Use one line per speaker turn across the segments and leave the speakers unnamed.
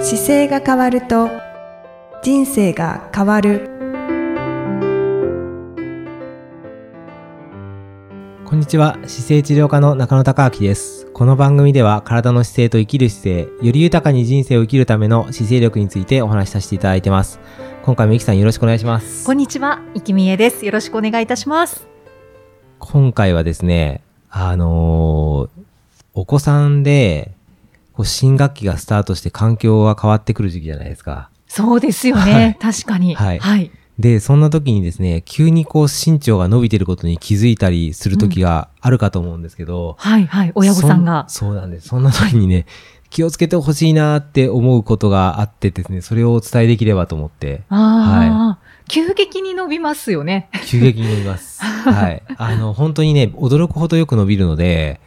姿勢が変わると人生が変わる
こんにちは姿勢治療科の中野孝明ですこの番組では体の姿勢と生きる姿勢より豊かに人生を生きるための姿勢力についてお話しさせていただいてます今回もゆきさんよろしくお願いします
こんにちは、いきみえです。よろしくお願いいたします。
今回はですねあのーお子さんでこう新学期がスタートして環境が変わってくる時期じゃないですか
そうですよね。確かに。
はい
はい。
で、そんな時にですね、急にこう身長が伸びてることに気づいたりする時があるかと思うんですけど、
はい。はい親御さんが。
そんそうなんです。そんな時にね、気をつけてほしいなって思うことがあってですね、それをお伝えできればと思って、
ああ、急激に伸びますよね。
急激に伸びます。 はい。あの、本当にね、驚くほどよく伸びるので、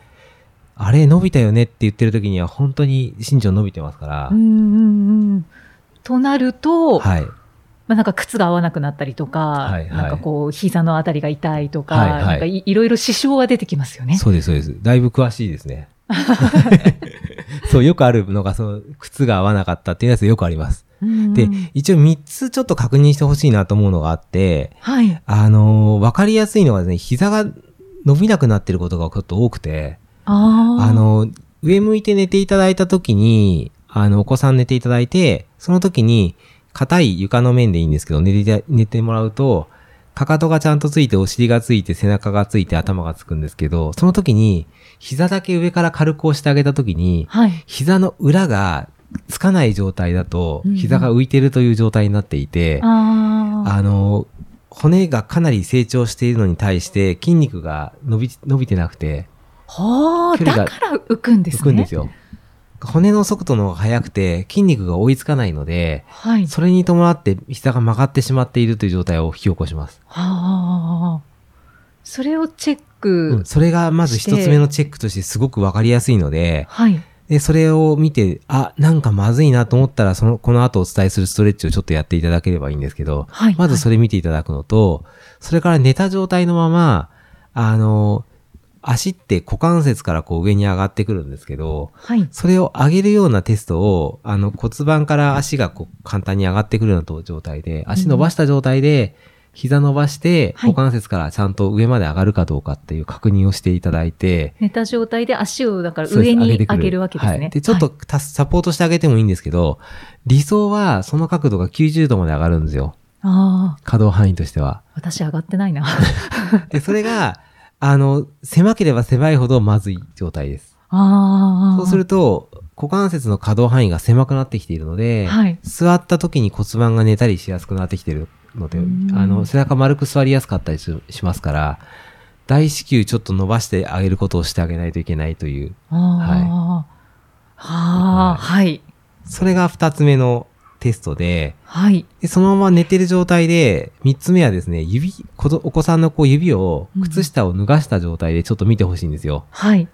あれ、伸びたよねって言ってる時には本当に身長伸びてますから、
うんうんうん。となると、
はい。
まあなんか靴が合わなくなったりとか、
はいはい
なんかこう膝のあたりが痛いとか、
はいはい
なんかいいろいろ支障が出てきますよね。
そうです、そうです。だいぶ詳しいです ね。そう、よくあるのが、その、靴が合わなかったっていうやつよくあります。
うんうん
で、一応3つちょっと確認してほしいなと思うのがあって、
はい。
あのーわかりやすいのがですね、膝が伸びなくなってることがちょっと多くて、
ああ。
あ、のー上向いて寝ていただいた時に、あの、お子さん寝ていただいて、その時に、硬い床の面でいいんですけど、寝ていた、寝てもらうと、かかとがちゃんとついて、お尻がついて、背中がついて、頭がつくんですけど、その時に、膝だけ上から軽く押してあげた時に、
はい。
膝の裏がつかない状態だと
うんう、ん
膝が浮いてるという状態になっていて、
ああ。
あの、骨がかなり成長しているのに対して、筋肉が伸び、伸びてなくて、
ほう、
距離が
だから浮くんですね。
浮くんですよ。骨の速度の方が速くて、筋肉が追いつかないので、
はい。
それに伴って膝が曲がってしまっているという状態を引き起こします。
ああ。それをチェック、
うん、それがまず
して
一つ目のチェックとしてすごくわかりやすいので、
はい。
で、それを見て、あ、なんかまずいなと思ったら、その、この後お伝えするストレッチをちょっとやっていただければいいんですけど、
はい。
まずそれ見ていただくのと、それから寝た状態のまま、あの、足って股関節からこう上に上がってくるんですけど、
はい。
それを上げるようなテストを、あの骨盤から足がこう簡単に上がってくるような状態で、足伸ばした状態で、膝伸ばして、
はい
股関節からちゃんと上まで上がるかどうかっていう確認をしていただいて、
寝た状態で足をだから
そうです
上に
てく
上げるわけですね。
はい、で、ちょっとたサポートしてあげてもいいんですけど、理想はその角度が90度まで上がるんですよ。
ああ、
可動範囲として は。
私上がってないな。
で、それが、あの、狭ければ狭いほどまずい状態です。
ああ。
そうすると、股関節の可動範囲が狭くなってきているので、
はい
座った時に骨盤が寝たりしやすくなってきているので、
うん
あの、背中丸く座りやすかったりししますから、大至急ちょっと伸ばしてあげることをしてあげないといけないという、
ああ。はあ、はい。
それが二つ目のテストで、
はい。
で、そのまま寝てる状態で、三つ目はですね、指、子どお子さんのこう指を、靴下を脱がした状態でちょっと見てほしいんですよ。
はい。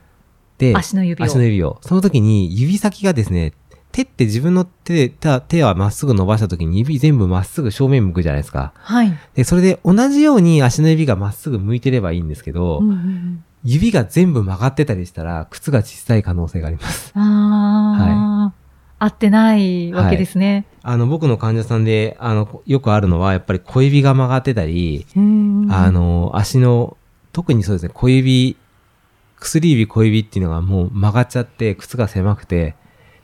で、
足の指を。
足の指を。その時に指先がですね、手って自分の手で、た手はまっすぐ伸ばした時に指全部まっすぐ正面向くじゃないですか。
はい。
で、それで同じように足の指がまっすぐ向いてればいいんですけど、
うんうん
指が全部曲がってたりしたら、靴が小さい可能性があります。
うん、ああ、合ってないわけですね。
あの、僕の患者さんで、あの、よくあるのは、やっぱり小指が曲がってたり、
うんうん
あ、の、足の、特にそうですね、小指、薬指小指っていうのがもう曲がっちゃって、靴が狭くて、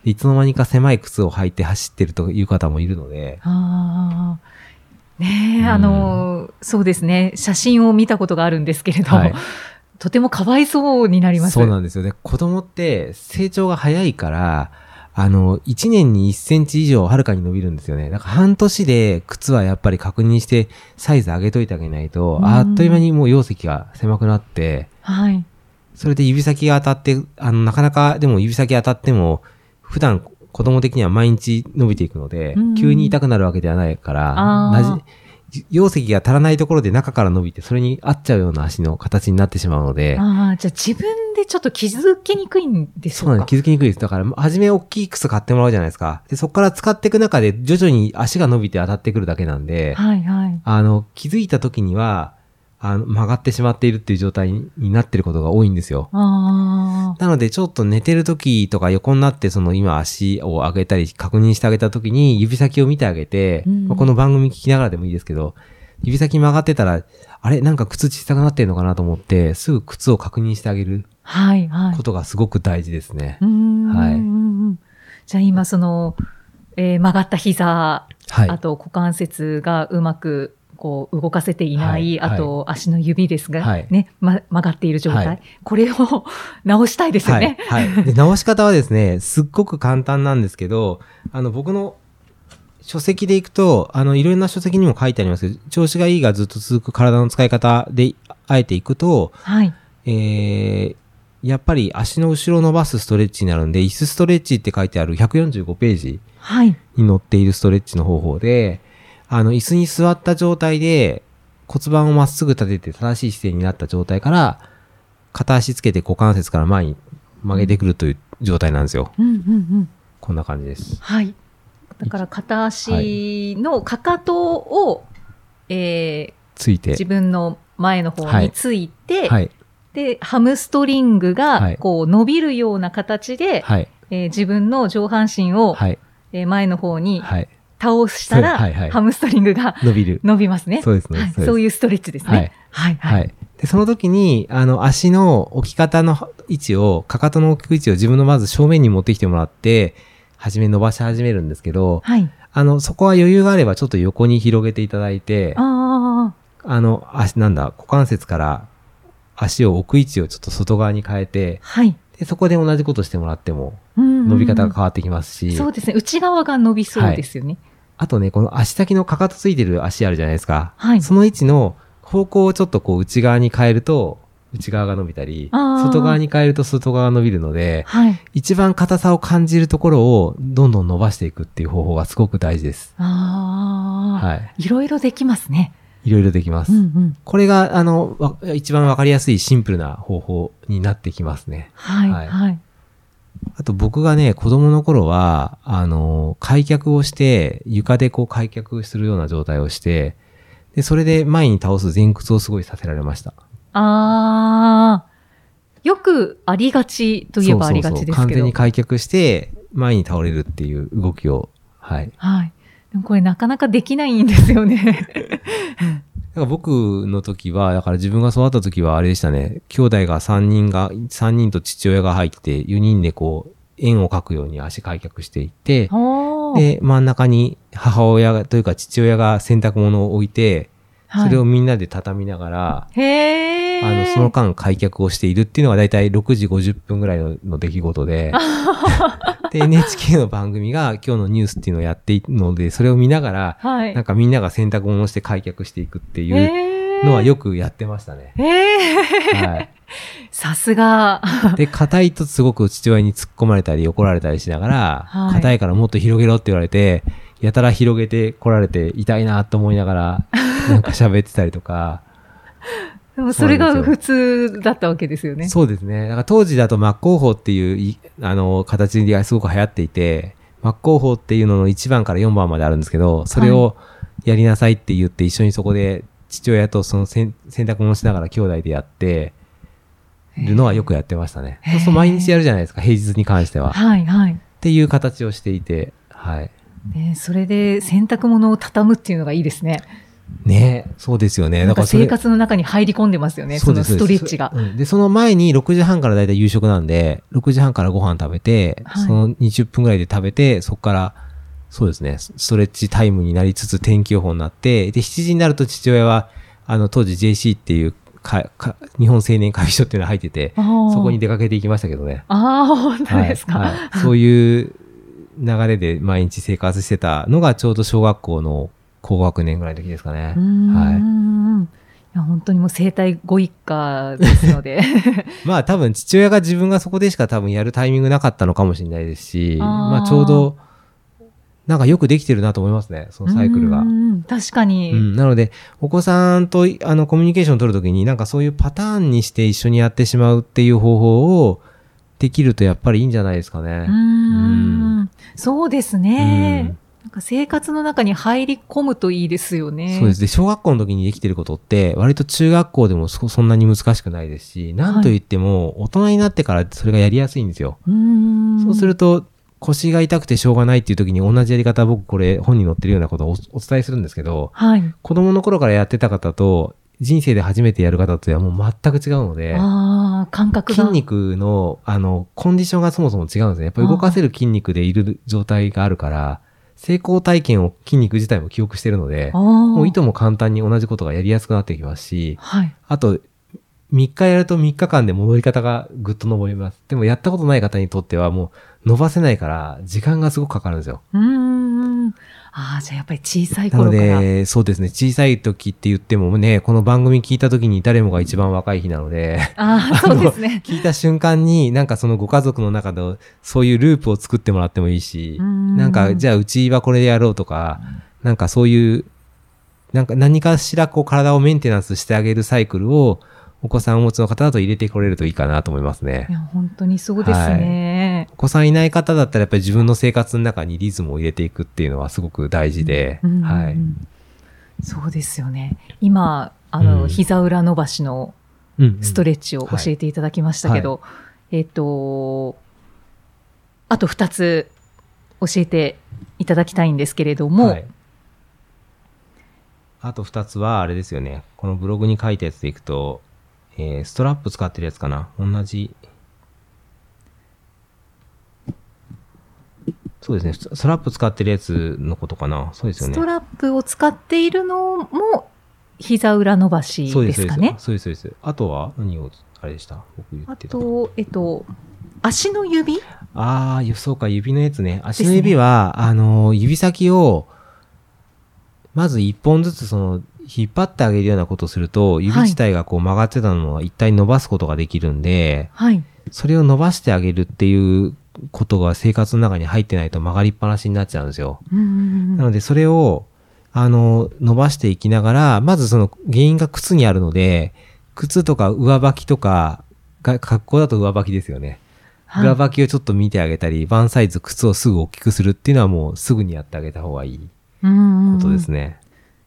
いつの間にか狭い靴を履いて走ってるという方もいるので、
ああ。ね
うん
え、あの、そうですね。写真を見たことがあるんですけれど、
はい
とてもかわいそうになります。
そうなんですよね。子供って成長が早いから、あの、1年に1センチ以上はるかに伸びるんですよね。だから半年で靴はやっぱり確認してサイズ上げといてあげないと
う、ん
あっという間にもう容積が狭くなって、
はい。
それで指先が当たって、あの、なかなかでも指先当たっても、普段子供的には毎日伸びていくので
う、ん
急に痛くなるわけではないから、
あー
なじ容積が足らないところで中から伸びて、それに合っちゃうような足の形になってしまうので、
ああ、じゃあ自分でちょっと気づきにくいんでし
そう
ょ
なで
うん
す気
か。
づきにくいです。だから、初め大きい靴買ってもらうじゃないですか。で、そこから使っていく中で、徐々に足が伸びて当たってくるだけなんで、
はいはい。
あの、気づいた時には、あの曲がってしまっているっていう状態になってることが多いんですよ。
ああ。
なので、ちょっと寝てる時とか横になって、その今足を上げたり確認してあげた時に指先を見てあげて、
うん
まあこの番組聞きながらでもいいですけど、指先曲がってたら、あれなんか靴小さくなってるのかなと思って、すぐ靴を確認してあげる
はい、はい
こ。とがすごく大事ですね。
うーん
はい
うんうんじゃあ今その、えー曲がった膝、
はい
あ。と股関節がうまくこう動かせていない、
はい
あと足の指ですが、
はい
ねま、曲がっている状態、
はい
これを直したいですよね。
はい。はい、で直し方はですね、すっごく簡単なんですけど、あの、僕の書籍でいくと、あの、いろんな書籍にも書いてありますけど、調子がいいがずっと続く体の使い方で、あえていくと、
はい。
えー、やっぱり足の後ろを伸ばすストレッチになるんで、椅子ストレッチって書いてある145ページ
はい。
に載っているストレッチの方法で、あの、椅子に座った状態で骨盤をまっすぐ立てて正しい姿勢になった状態から、片足つけて股関節から前に曲げてくるという状態なんですよ。
うんうんうん。
こんな感じです。
はい。だから片足のかかとを、え
つい
ー
て。
自分の前の方について、
はい。
で、ハムストリング
は
が
い
こう伸びるような形で、
はい。
えー自分の上半身を、
はい。
えー前の方に
はい。
倒したら、
はいはい
ハムストリングが
伸びる。
伸びますね。
そうですね
はい
そうです
そういうストレッチです
は
ね
い。
はい、は。
はいい。で、その時に、あの、足の置き方の位置を、かかとの置く位置を自分のまず正面に持ってきてもらって、はじめ伸ばし始めるんですけど、
はい。
あの、そこは余裕があればちょっと横に広げていただいて、
あ
あの、足、なんだ、股関節から足を置く位置をちょっと外側に変えて
あ、、はい。
で、そこで同じことしてもらっても、
伸
伸び方が変わってきますし、
そうですね。内側が伸びそうですよね。
あとね、この足先のかかとついてる足あるじゃないですか。
はい
その位置の方向をちょっとこう内側に変えると、内側が伸びたり、
あー
外側に変えると外側が伸びるので、
はい。
一番硬さを感じるところをどんどん伸ばしていくっていう方法がすごく大事です。
ああ、。
はい
ろいろできますね。
いろいろできます。
うんうん。
これが、あの、わ一番わかりやすいシンプルな方法になってきますね。
はい、は、
はいい
はい。
あと僕がね、子供の頃は、あの、開脚をして、床でこう開脚するような状態をして、で、それで前に倒す前屈をすごいさせられました。
ああ、よくありがちといえばありがちですけど。
完全に開脚して、前に倒れるっていう動きを。はい。だ
はい。でもこれなかなかできないんですよね。
から僕の時は、だから自分が育った時はあれでしたね、兄弟が3人が、3人と父親が入って、4人でこう、円を描くように足開脚していって、
おー
で、真ん中に母親というか父親が洗濯物を置いて、それを
は
みんなで畳みながら、
い、へえ。
あの、その間開脚をしているっていうのが大体6時50分ぐらいのの出来事で、 で、NHK の番組が今日のニュースっていうのをやっているので、それを見ながら、
はい。
なんかみんなが洗濯物をして開脚していくっていう
へー
のはよくやってましたね。
へえ。
はい。
さすが。
で、硬いとすごく父親に突っ込まれたり怒られたりしながら、
はい
硬いからもっと広げろって言われて、やたら広げて来られて痛いなと思いながら、なんか喋ってたりとか、
でもそれが
そうなん
普通だったわけですよね。
そうですね。だから当時だと真っ向法っていうい、あの、形ですごく流行っていて、真っ向法っていうのの1番から4番まであるんですけど、それをやりなさいって言って一緒にそこで父親とその洗洗濯物しながら兄弟でやってるのはよくやってましたね。
へー
そうそう毎日やるじゃないですか、平日に関しては。っ
はいはい。
ていう形をしていて、はい。
ね、それで洗濯物を畳むっていうのがいいですね。
ねそうですよね。
なん
だか
から
それ
生活の中に入り込んでますよね、そ
そう
の
です
ストレッチが
そ。うですうんで、その前に6時半からだいたい夕食なんで、6時半からご飯食べて、
はい
その20分ぐらいで食べて、そこから、そうですね、ストレッチタイムになりつつ天気予報になって、で、7時になると父親は、あの、当時 JC っていうかか日本青年会議所っていうのが入ってて、
あー
そこに出かけていきましたけどね。
ああ、本当ですか。
はいはいそういう流れで毎日生活してたのが、ちょうど小学校の高学年ぐらいの時ですかね。
うー
はい。
んいや本当にもう生態ご一家ですので
まあ多分父親が自分がそこでしか多分やるタイミングなかったのかもしれないですし、
あー
まあちょうど、なんかよくできてるなと思いますね、そのサイクルが。
う
うん
ん確かに、
なので、お子さんとあのコミュニケーションを取るときに、なんかそういうパターンにして一緒にやってしまうっていう方法をできるとやっぱりいいんじゃないですか
う
ね
ー。んそうですね、なんか生活の中に入り込むといいですよね。
そうです。で、小学校の時にできてることって、割と中学校でもそそんなに難しくないですし、なんと言っても、大人になってからそれがやりやすいんですよ。
うーん。
そうすると、腰が痛くてしょうがないっていう時に同じやり方、僕これ本に載ってるようなことをおお伝えするんですけど、
はい。
子供の頃からやってた方と、人生で初めてやる方とはもう全く違うので、
ああ、感覚が。
筋肉の、あの、コンディションがそもそも違うんですね。やっぱり動かせる筋肉でいる状態があるから、成功体験を筋肉自体も記憶してるので
あ、あ。
も
も
ういとも簡単に同じことがやりやすくなってきますし、
はい。
あと、3日やると3日間で戻り方がぐっと登ります。でもやったことない方にとってはもう伸ばせないから時間がすごくかかるんですよ。
うーん。ああ、じゃあやっぱり小さい
なの
頃から。
で、そうですね、小さい時って言ってもね、この番組聞いた時に誰もが一番若い日なので、
ああ、そうですね。
聞いた瞬間になんかそのご家族の中でそういうループを作ってもらってもいいし、
な
なんかじ
ゃ
ゃあうちはこれでやろうとか、なんかそういう、なんか何かしらこう体をメンテナンスしてあげるサイクルをお子さんをお持ちの方だと入れてこれるといいかなと思いますね
い。や、本当にそうですね。
お子さんいない方だったらやっぱり自分の生活の中にリズムを入れていくっていうのはすごく大事で、
うんうんうん
はい。
そうですよね。今、あの、
うん
膝裏伸ばしのスト
レ
レッチを教えていただきましたけど、えっ、と、あと2つ教えていただきたいんですけれども、
はいあと2つは、あれですよね。このブログに書いたやつでいくと、えーストラップ使ってるやつかな。同じ。そうですね。スストラップ使ってるやつのことかな。そうですよ
ス
ね。
トラップを使っているのも、膝裏伸ばし
そう
で
そう
す
で
か
す
ね。。
そうです、そうです。あとは、何を、あれでした僕言
あ
ってた。
と、えっ、と、足の指
ああ、そうか、指のやつね。足の指は、あの、指先を、まず一本ずつ、その、引っ張ってあげるようなことをすると、指自体がこう曲がってたのを一体伸ばすことができるんで、
はい。
それを伸ばしてあげるっていうことが生活の中に入ってないと曲がりっぱなしになっちゃうんですよ。
うんうん
な
う
んので、それを、あの、伸ばしていきながら、まずその原因が靴にあるので、靴とか上履きとかが、格好だと上履きですよね。
はい
裏履きをちょっと見てあげたり、ワンサイズ靴をすぐ大きくするっていうのはもうすぐにやってあげた方がいい
うんうんうん
ことですね。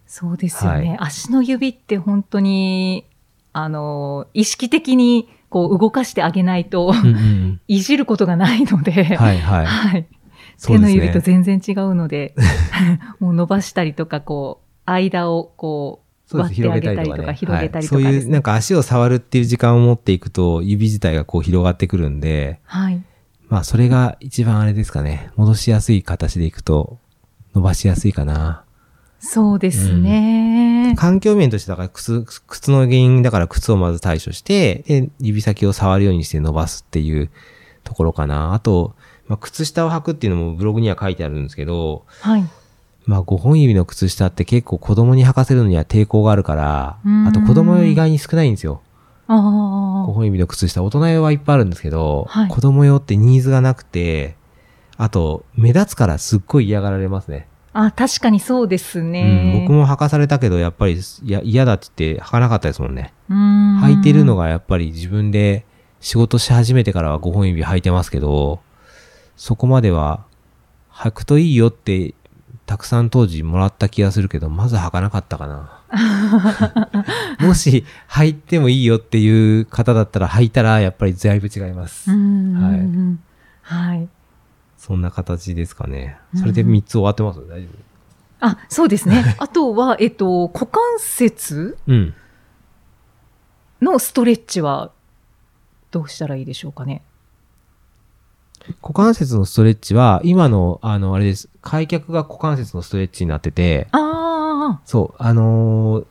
そうですよね。
は
足の指って本当に、あの、意識的にこう動かしてあげないと、
うんうん
いじることがないので、
うん
はい、
はい はい。そ
手
う
の
です
指と
ね。
全然違うので、 もう伸ばしたりとか、こう、間をこう、
そうです
割ってあ
広げ
げ
た
た
り
り
と
と
か
か、
ね。
広げたりと
はいそ
か
う
で
い
す
う
ね。
なんか足を触るっていう時間を持っていくと指自体がこう広がってくるんで、
はい。
まあそれが一番あれですかね。戻しやすい形でいくと伸ばしやすいかな。
そうですね。
環境面としてだから靴、靴の原因だから靴をまず対処して、で、指先を触るようにして伸ばすっていうところかな。あと、まあ、靴下を履くっていうのもブログには書いてあるんですけど、
はい。
まあ5本指の靴下って結構子供に履かせるのには抵抗があるから
うー、ん
あと子供用意外に少ないんですよ。5
ああ。
本指の靴下、大人用はいっぱいあるんですけど、
はい
子供用ってニーズがなくて、あと、目立つからすっごい嫌がられますね。
あ、確かにそうです
うん、
ね。
僕も履かされたけど、やっぱりいや嫌だって言って履かなかったですもんね。
うん
履いてるのがやっぱり自分で仕事し始めてからは5本指履いてますけど、そこまでは履くといいよってたくさん当時もらった気がするけど、まず履かなかったかな。 もし履いてもいいよっていう方だったら履いたらやっぱりだいぶ違います。
うんうんうんはい。
そんな形ですかね。それで3つ終わってます大丈
あ、そうです ね。あとは、えっと、股関節
夫うん。
のストレッチはどうしたらいいでしょうかね。
股関節のストレッチは今のあのあれです。開脚が股関節のストレッチになってて、
あ
そう、あのー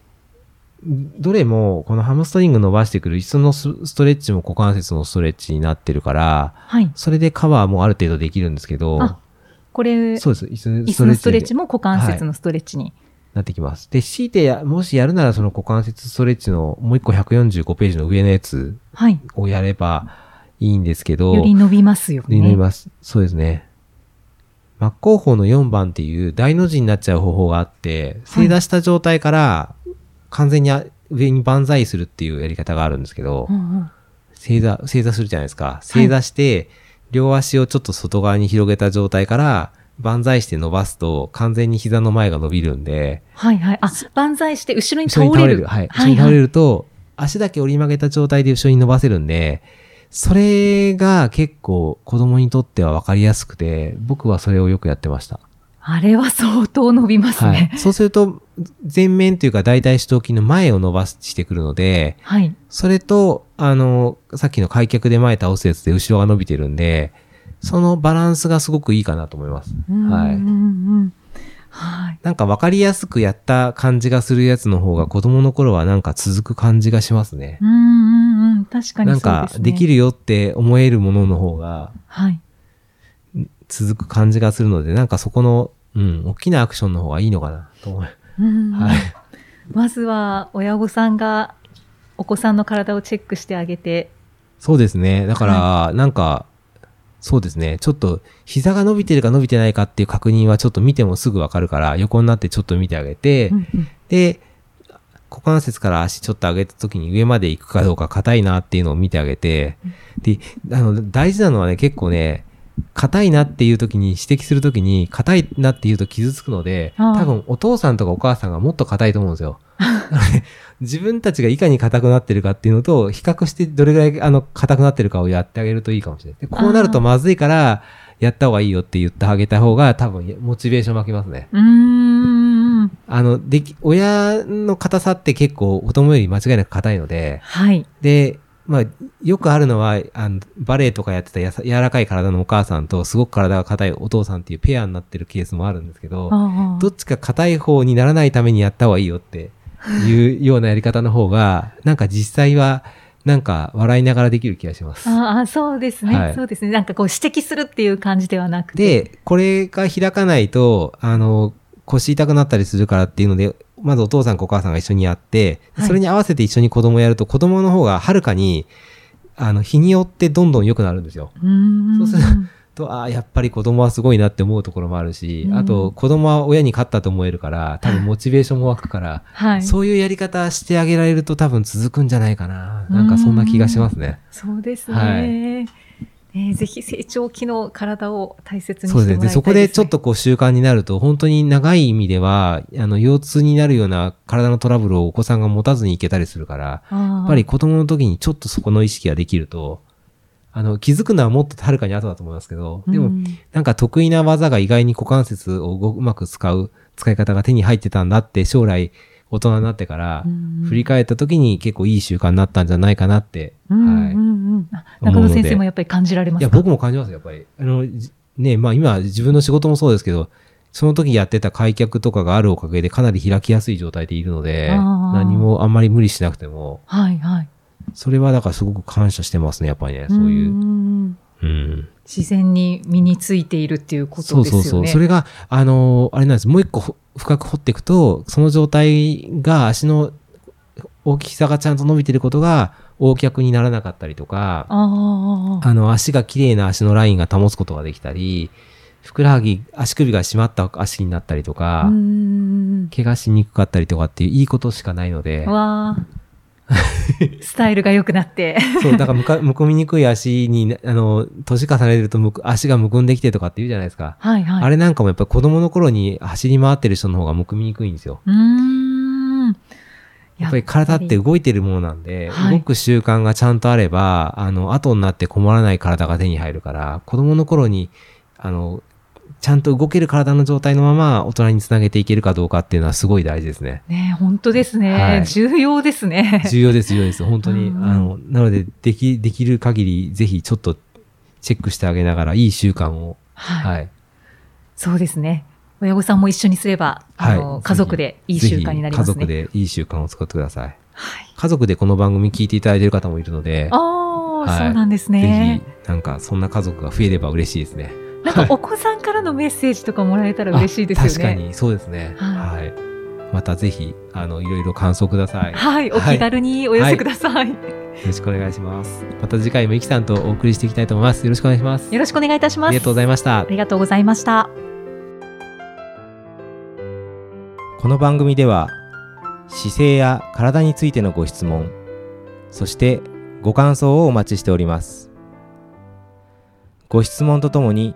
どれもこのハムストリング伸ばしてくる椅子のスストレッチも股関節のストレッチになってるから
あ、、はい。
それでカバーもある程度できるんですけど
あ、これ、
そうです、椅
椅
子
子のストレッチ
に
も股関節のストレッチに。
なってきます。で、強いてや、もしやるならその股関節ストレッチのもう一個145ページの上のやつ
はい。
をやればいいんですけど、
より伸びますよね。
になります。そうですね。真っ向方の4番っていう大の字になっちゃう方法があって、正座した状態から完全にあ上に万歳するっていうやり方があるんですけど、
うんうん
正座、正座するじゃないですか。正座して、両足をちょっと外側に広げた状態から万歳して伸ばすと、完全に膝の前が伸びるんで、
はいはい。あ、万歳して後ろに
後
倒
ろに倒
れ
れ
る。
る。はい。後ろに倒れると、足だけ折り曲げた状態で後ろに伸ばせるんで、それが結構子供にとっては分かりやすくて、僕はそれをよくやってました。
あれは相当伸びます
はい
ね。。
そうすると、前面というか大体主頭筋の前を伸ばしてくるので、
はい。
それと、あの、さっきの開脚で前倒すやつで後ろが伸びてるんで、そのバランスがすごくいいかなと思います。
うん
はい
うんうんはい。
なんか分かりやすくやった感じがするやつの方が子供の頃はなんか続く感じがしますね。
うんうんうん。確かにそうですね。
なんかでき
る。
るよって思えるものの方が
はい。
続く感じがするので、なんかそこの、うん、大きなアクションの方がいいのかなと思います。
うんうん
はい。
まずは親御さんがお子さんの体をチェックしてあげて、
そうですね。だから、なんか、そうですね。ちょっと、膝が伸びてるか伸びてないかっていう確認はちょっと見てもすぐわかるから、横になってちょっと見てあげて、
うんうん
で、股関節から足ちょっと上げた時に上まで行くかどうか硬いなっていうのを見てあげて、で、あの、大事なのはね、結構ね、硬いなっていう時に、指摘する時に、硬いなっていうと傷つくので、
ああ
多分お父さんとかお母さんがもっと硬いと思うんですよ。なの で自分たちがいかに硬くなってるかっていうのと、比較してどれぐらいあの硬くなってるかをやってあげるといいかもしれない。でこうなるとまずいから、やった方がいいよって言ってあげた方が、多分モチベーション湧きますね。
うーん。
あの、でき、親の硬さって結構子供より間違いなく硬いので、
はい。
で、まあ、よくあるのは、あのバレエとかやってたやさ柔らかい体のお母さんと、すごく体が硬いお父さんっていうペアになってるケースもあるんですけど、
ああ
どっちか硬い方にならないためにやった方がいいよっていうようなやり方の方が、なんか実際は、なんか笑いながらできる気がします。
ああ、そうですね、
はい
そうですね。なんかこう指摘するっていう感じではなくて。
で、これが開かないと、あの、腰痛くなったりするからっていうので、まずお父さんかお母さんが一緒にやって、
はい
それに合わせて一緒に子供やると、子供の方がはるかに、あの、日によってどんどん良くなるんですよ。
うーん
そうすると、ああ、やっぱり子供はすごいなって思うところもあるし、
うん
あと、子供は親に勝ったと思えるから、多分モチベーションも湧くから、
はい。
そういうやり方してあげられると多分続くんじゃないかな。なんかそんな気がしますね。
そうですね。
はい
ねぜひ成長期の体を大切にし
そ
ても
う
ら
で
い
すね。
たいです、
で、
ね。
そこでちょっとこう習慣になると、本当に長い意味では、あの、腰痛になるような体のトラブルをお子さんが持たずにいけたりするから、
ああ、や
やっぱり子供の時にちょっとそこの意識ができると、あの、気づくのはもっとはるかに後だと思いますけど、で
う
も、
ん
なんか得意な技が意外に股関節をうまく使う使い方が手に入ってたんだって、将来大人になってから
うん、
振り返った時に結構いい習慣になったんじゃないかなって、
うん
はい。
うんうんあ
思う
中
の
野
で
先生もやっぱり感じられま
いや、
すか
僕も感じますよ、やっぱり。あの、じね、まあ今、自分の仕事もそうですけど、その時やってた開脚とかがあるおかげでかなり開きやすい状態でいるので、
あー
何もあんまり無理しなくても、
はいはい。
それはだからすごく感謝してますね、やっぱりね、そうい
ん
う。
んん
うん。
自然に身についているっていうこと
そう
ですよ
そ
ね。
うそう。それが、あのーあれなんです。もう一個ほ深く掘っていくと、その状態が足の大きさがちゃんと伸びてることが、横脚にならなかったりとか、
ああああ
あの、足が綺麗な足のラインが保つことができたり、ふくらはぎ、足首が締まった足になったりと
ああ。う
か
んう、ん
怪我しにくかったりとかっていういいことしかないので
うん。、わあ。 スタイルが良くなって。
そう、だからむか、 むくみにくい足に、あの、年重ねるとむく足がむくんできてとかって言うじゃないですか。
はいはい。
あれなんかもやっぱり子供の頃に走り回ってる人の方がむくみにくいんですよ。
うーん。
やっぱり体って動いてるものなんで、
はい。
動く習慣がちゃんとあれば、あの、後になって困らない体が手に入るから、子供の頃に、あの、ちゃんと動ける体の状態のまま大人につなげていけるかどうかっていうのはすごい大事ですね
ね本当ですね。
はい
重要ですね。
重要です、重要です。本当に。
うん
あの、なので、でき、できる限り、ぜひちょっとチェックしてあげながら、いい習慣を、
はい。
はい。
そうですね。親御さんも一緒にすれば、あの、
はい
家族でいい習慣になります
ぜひ家族
ね。
でいい習慣を作ってください。
はい。
家族でこの番組聞いていただいている方もいるので、
ああ、
はい
そうなんです
ぜ
ね。
ひ、なんか、そんな家族が増えれば嬉しいですね。
なんかお子さんからのメッセージとかもらえたら嬉しいですよ
あ
ね。
確かに、そうですね。
は
はい。またぜひ、あの、いろいろ感想ください。よ
はい、お
はい
気軽にお寄せください、
ろしくお願いします。また次回もイキさんとお送りしていきたいと思います。よろしくお願いします。
よろしくお願いいたし
あ
ます。
りがとうございました
あ。りがとうございました。
この番組では姿勢や体についてのご質問そしてご感想をお待ちしておりますご質問とともに